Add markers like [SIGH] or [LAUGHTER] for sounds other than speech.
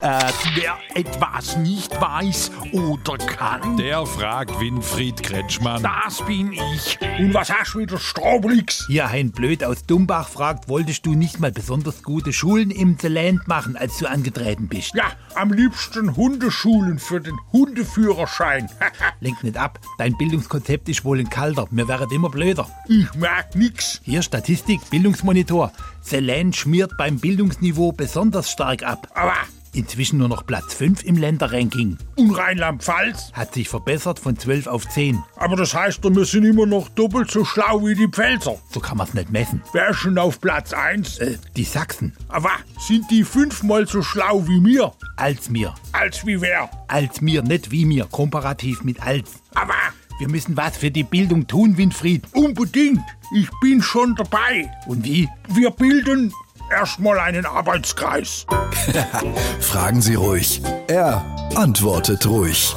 Äh, wer etwas nicht weiß oder kann, Der fragt Winfried Kretschmann. das bin ich. Und was hast du wieder, Straublix? Hier Hein Blöd aus Dumbach fragt, wolltest du nicht mal besonders gute Schulen im The Land machen, als du angetreten bist? Ja, am liebsten Hundeschulen für den Hundeführerschein. [LAUGHS] Lenk nicht ab, dein Bildungskonzept ist wohl ein kalter, mir wäret immer blöder. ich merk nix. Hier Statistik, Bildungsmonitor. The Land schmiert beim Bildungsniveau besonders stark ab. Aber Inzwischen nur noch Platz 5 im Länderranking. und Rheinland-Pfalz? Hat sich verbessert von 12 auf 10. Aber das heißt, doch, wir sind immer noch doppelt so schlau wie die Pfälzer. So kann man's nicht messen. Wer ist denn auf Platz 1? Äh, die Sachsen. Aber sind die fünfmal so schlau wie mir? Als mir. Als wie wer? Als mir, nicht wie mir. Komparativ mit als. Aber Wir müssen was für die Bildung tun, Winfried. unbedingt. Ich bin schon dabei. Und wie? Wir bilden erstmal einen Arbeitskreis. Fragen Sie ruhig. Er antwortet ruhig.